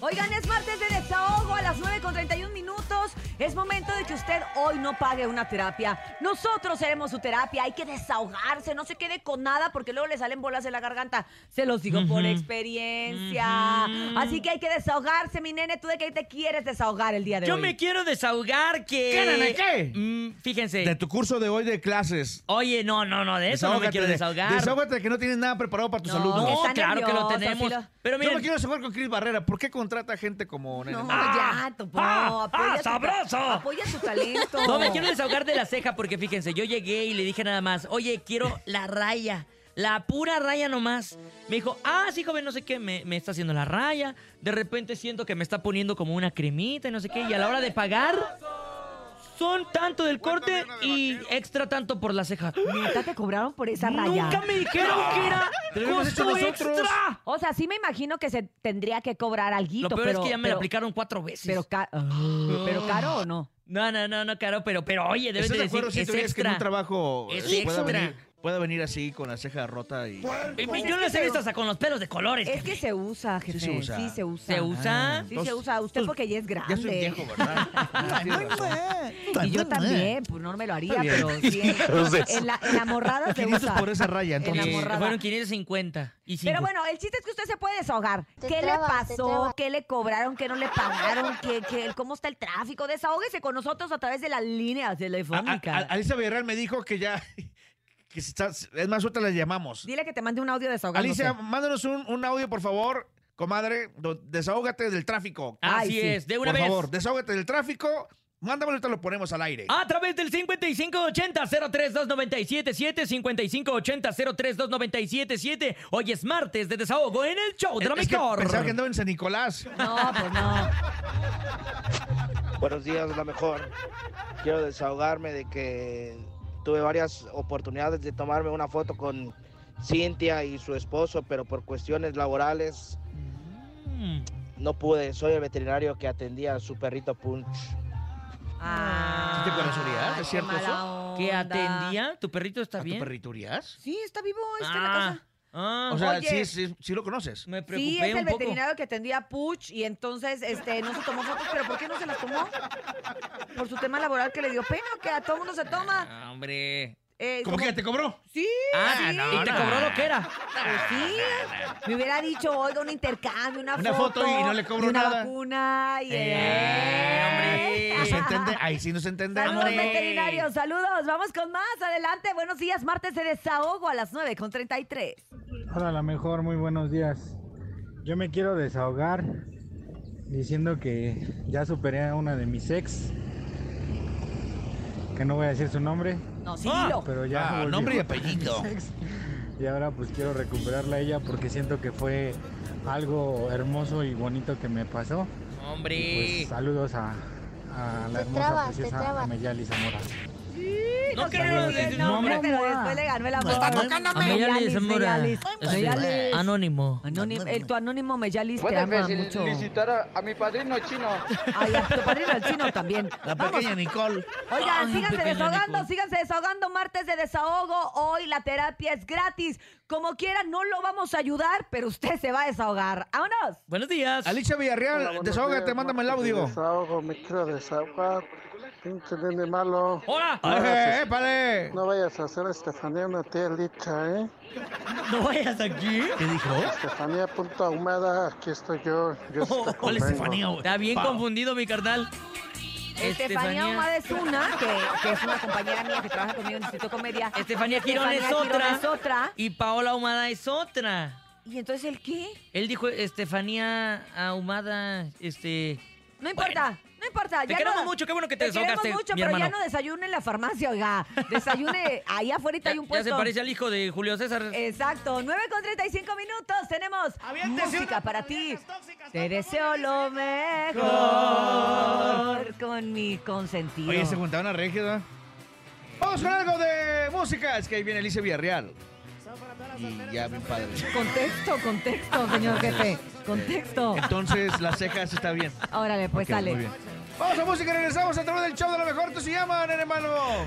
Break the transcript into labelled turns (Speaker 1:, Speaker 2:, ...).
Speaker 1: Oigan, es martes de desahogo a las 9 con 31 minutos. Es momento de que usted hoy no pague una terapia. Nosotros seremos su terapia. Hay que desahogarse. No se quede con nada porque luego le salen bolas de la garganta. Se los digo por experiencia. Así que hay que desahogarse, mi nene. ¿Tú de qué te quieres desahogar el día de
Speaker 2: Yo
Speaker 1: hoy?
Speaker 2: me quiero desahogar que...
Speaker 3: ¿Qué, nene, qué?
Speaker 2: Mm, fíjense.
Speaker 3: De tu curso de hoy de clases.
Speaker 2: Oye, no, no, no, de eso no me quiero
Speaker 3: de-
Speaker 2: desahogar.
Speaker 3: Desahógate de que no tienes nada preparado para tus
Speaker 1: No,
Speaker 3: alumnos.
Speaker 1: que
Speaker 2: No,
Speaker 1: está
Speaker 2: claro que lo
Speaker 1: nervioso,
Speaker 2: tenemos.
Speaker 1: sí lo-
Speaker 2: Pero
Speaker 3: Yo me
Speaker 2: miren,
Speaker 3: quiero desahogar con Cris Barrera. ¿Por qué contrata gente como Nene?
Speaker 1: No,
Speaker 3: Mar-
Speaker 2: ¡Ah!
Speaker 1: ya, topo.
Speaker 2: ¡Ah!
Speaker 1: apoya
Speaker 2: ¡Ah,
Speaker 1: tu-
Speaker 2: sabroso!
Speaker 1: Apoya tu talento.
Speaker 2: no me quiero desahogar de la ceja porque fíjense, yo llegué y le dije nada más, oye, quiero la raya, la pura raya nomás. Me dijo, ah, sí, joven, no sé qué, me, me está haciendo la raya. De repente siento que me está poniendo como una cremita y no sé qué. Y a la hora de pagar, son tanto del corte y extra tanto por la ceja.
Speaker 1: Neta, te cobraron por esa raya.
Speaker 2: Nunca me dijeron que era
Speaker 3: Te lo hemos hecho
Speaker 2: costo
Speaker 3: nosotros.
Speaker 2: extra.
Speaker 1: O sea, sí me imagino que se tendría que cobrar alguito,
Speaker 2: Lo peor
Speaker 1: pero,
Speaker 2: es que ya me
Speaker 1: pero,
Speaker 2: lo aplicaron cuatro veces.
Speaker 1: Pero, ca- Ah, ¿pero caro o no?
Speaker 2: no, no, no, no, claro, pero, pero oye, debes
Speaker 3: ¿Estás
Speaker 2: de
Speaker 3: de
Speaker 2: decir,
Speaker 3: acuerdo si
Speaker 2: es
Speaker 3: tú crees que en
Speaker 2: extra.
Speaker 3: un trabajo
Speaker 2: Es
Speaker 3: eh, pueda,
Speaker 2: extra.
Speaker 3: venir, pueda venir así con la ceja rota y...
Speaker 2: Y
Speaker 1: Pues
Speaker 2: yo
Speaker 1: es
Speaker 2: no
Speaker 1: que
Speaker 2: sé
Speaker 1: se-
Speaker 2: visto hasta con los pelos de colores.
Speaker 1: Es que se usa, jefe.
Speaker 3: se usa.
Speaker 1: Sí se usa. Ah,
Speaker 2: se usa.
Speaker 1: Sí se
Speaker 3: Entonces,
Speaker 1: usa. Usted
Speaker 3: pues,
Speaker 1: porque ya es grande.
Speaker 3: Ya soy viejo, ¿verdad? Ah, tienes razón.
Speaker 1: Y yo también, pues no me lo haría,
Speaker 3: Está bien.
Speaker 1: pero sí. En, en la, en la morrada se
Speaker 3: 500
Speaker 1: usa.
Speaker 3: por esa raya,
Speaker 1: En la
Speaker 2: Eh,
Speaker 3: entonces.
Speaker 1: morrada.
Speaker 2: fueron 550 y cinco.
Speaker 1: Pero bueno, el chiste es que usted se puede desahogar.
Speaker 4: Te
Speaker 1: ¿Qué
Speaker 4: trabas,
Speaker 1: le
Speaker 4: te
Speaker 1: pasó?
Speaker 4: trabas.
Speaker 1: ¿Qué le cobraron? ¿Qué no le pagaron? ¿Qué, qué, ¿Cómo está el tráfico? Desahóguese con nosotros a través de las líneas
Speaker 3: A- a-
Speaker 1: telefónicas.
Speaker 3: a- Alicia Villarreal me dijo que ya... Que si estás- es más, suelta la llamamos.
Speaker 1: Dile que te mande un audio desahogándose.
Speaker 3: Alicia, mándanos un, un audio, por favor, comadre. do- Desahógate del tráfico.
Speaker 2: Así
Speaker 1: Ay, sí.
Speaker 2: es, de una
Speaker 3: por
Speaker 2: vez.
Speaker 3: favor, desahógate del tráfico. Mándamelo, ahorita lo ponemos al aire.
Speaker 2: A través del 5580-032977, 5580-032977. Hoy es martes de desahogo en el show de la
Speaker 3: Es que
Speaker 2: mejor.
Speaker 3: pensaba que andaba en San Nicolás.
Speaker 1: No, pues no.
Speaker 5: Buenos días, la mejor. Quiero desahogarme de que tuve varias oportunidades de tomarme una foto con Cintia y su esposo, pero por cuestiones laborales
Speaker 2: Mm.
Speaker 5: no pude. Soy el veterinario que atendía a su perrito Punch.
Speaker 1: Ah,
Speaker 3: ¿Sí te acuerdas, Urias? ¿Es
Speaker 1: qué
Speaker 3: cierto
Speaker 1: mala
Speaker 3: eso?
Speaker 1: onda.
Speaker 2: ¿Que atendía? ¿Tu perrito está
Speaker 3: ¿A tu
Speaker 2: bien?
Speaker 3: perrito Urias?
Speaker 1: Sí, está vivo, está en la
Speaker 2: Ah,
Speaker 1: casa.
Speaker 2: ah,
Speaker 3: O sea,
Speaker 1: Oye.
Speaker 3: sí, sí, sí lo conoces.
Speaker 2: me preocupé
Speaker 1: Sí, es
Speaker 2: un
Speaker 1: el
Speaker 2: poco.
Speaker 1: veterinario que atendía a Puch y entonces este, no se tomó fotos. ¿Pero por qué no se las tomó? ¿Por su tema laboral que le dio pena o que a todo mundo se toma?
Speaker 2: Ah, hombre.
Speaker 1: Eh,
Speaker 3: ¿Cómo
Speaker 1: como-
Speaker 3: que ya te cobró?
Speaker 1: Sí,
Speaker 2: Ah,
Speaker 1: sí.
Speaker 2: y te cobró lo que era.
Speaker 1: Pues sí, me hubiera dicho, oiga, un intercambio, una,
Speaker 3: Una foto y no le cobro
Speaker 1: y una
Speaker 3: nada.
Speaker 1: vacuna. Y,
Speaker 2: Eh,
Speaker 3: No se entiende, ahí sí nos entendemos.
Speaker 1: Saludos
Speaker 2: hombre.
Speaker 1: veterinarios, saludos. Vamos con más. Adelante, buenos días. Martes de desahogo a las 9 con 33.
Speaker 6: Hola, la mejor, muy buenos días. Yo me quiero desahogar diciendo que ya superé a una de mis ex, que no voy a decir su nombre,
Speaker 1: No, sí,
Speaker 2: Ah,
Speaker 1: dilo.
Speaker 6: pero ya
Speaker 3: Ah,
Speaker 6: volvió
Speaker 3: nombre y
Speaker 6: a
Speaker 3: apellido.
Speaker 6: mis ex. Y ahora pues quiero recuperarla a ella porque siento que fue algo hermoso y bonito que me pasó.
Speaker 2: Hombre.
Speaker 6: Pues
Speaker 3: ah,
Speaker 6: saludos a, a la
Speaker 4: Te
Speaker 6: hermosa
Speaker 4: trabas, te
Speaker 6: preciosa
Speaker 4: trabas.
Speaker 6: Ameyali Zamora.
Speaker 2: no
Speaker 1: No,
Speaker 2: queremos decir
Speaker 1: no, hombre,
Speaker 2: nombre.
Speaker 1: pero después le ganó el
Speaker 2: Pues
Speaker 1: amor.
Speaker 2: Ameyalis,
Speaker 1: Meyalis,
Speaker 2: Zamora.
Speaker 1: Meyalis,
Speaker 2: Este,
Speaker 1: Meyalis.
Speaker 2: Anónimo.
Speaker 1: Pues Anónimo, eh, tu anónimo Meyalis te
Speaker 2: pues,
Speaker 1: ama mucho.
Speaker 7: a, mi padrino chino.
Speaker 1: Ay, a tu padrino el chino también.
Speaker 3: La
Speaker 1: Vamos
Speaker 3: pequeña Nicole.
Speaker 1: Oigan,
Speaker 2: Ay,
Speaker 1: síganse
Speaker 2: pequeña
Speaker 1: desahogando,
Speaker 2: Nicole.
Speaker 1: síganse desahogando. Martes de desahogo. Hoy la terapia es gratis. Como quiera, no lo vamos a ayudar, pero usted se va a desahogar. ¡Vámonos!
Speaker 2: Buenos días.
Speaker 3: Alicia
Speaker 7: Hola,
Speaker 3: Villarreal,
Speaker 7: buenos
Speaker 3: desahógate,
Speaker 7: días,
Speaker 3: mándame el
Speaker 7: Marcos,
Speaker 3: audio.
Speaker 7: me Desahogo, me quiero desahogar. Pinche nene malo.
Speaker 2: Hola.
Speaker 3: ¡Eh,
Speaker 7: gracias.
Speaker 3: épale!
Speaker 7: Ah, No vayas a hacer a Estefanía una tía licha, ¿eh?
Speaker 2: No vayas aquí.
Speaker 3: ¿Qué dijo?
Speaker 7: Estefanía punto ahumada, aquí estoy yo. yo
Speaker 2: Oh,
Speaker 7: sí te
Speaker 3: ¿Cuál es
Speaker 7: convengo.
Speaker 3: Estefanía, güey?
Speaker 2: Está bien
Speaker 3: Pa-
Speaker 2: confundido mi carnal.
Speaker 1: Estefanía Humada es una, que, que es una compañera mía que trabaja conmigo en el Instituto de Comedia.
Speaker 2: Estefanía Quirón
Speaker 1: Estefanía
Speaker 2: es otra.
Speaker 1: es otra.
Speaker 2: Y Paola Ahumada es otra.
Speaker 1: ¿Y entonces el qué?
Speaker 2: Él dijo Estefanía Ahumada, este...
Speaker 1: No importa, no importa.
Speaker 2: Te queremos mucho, qué bueno que te desahogaste,
Speaker 1: queremos mucho,
Speaker 2: mi
Speaker 1: pero ya
Speaker 2: hermano.
Speaker 1: no desayune en la farmacia, oiga. Desayune allá afuera
Speaker 2: Ya,
Speaker 1: hay un
Speaker 2: ya
Speaker 1: puesto.
Speaker 2: se parece al hijo de Julio César.
Speaker 1: Exacto, 9 con 35 minutos tenemos música para ti. Te deseo lo mejor con mi consentido.
Speaker 3: Oye, se juntaron a Regio, ¿verdad? Vamos con algo de música. Es que ahí viene Alicia Villarreal. Y ya, mi padre.
Speaker 1: Contexto, contexto, señor jefe. Contexto.
Speaker 3: Entonces, las cejas está bien.
Speaker 1: Órale, pues
Speaker 3: Ok,
Speaker 1: sale.
Speaker 3: muy bien. Vamos a música y regresamos a través del show de lo mejor. ¿Tú se llaman, hermano?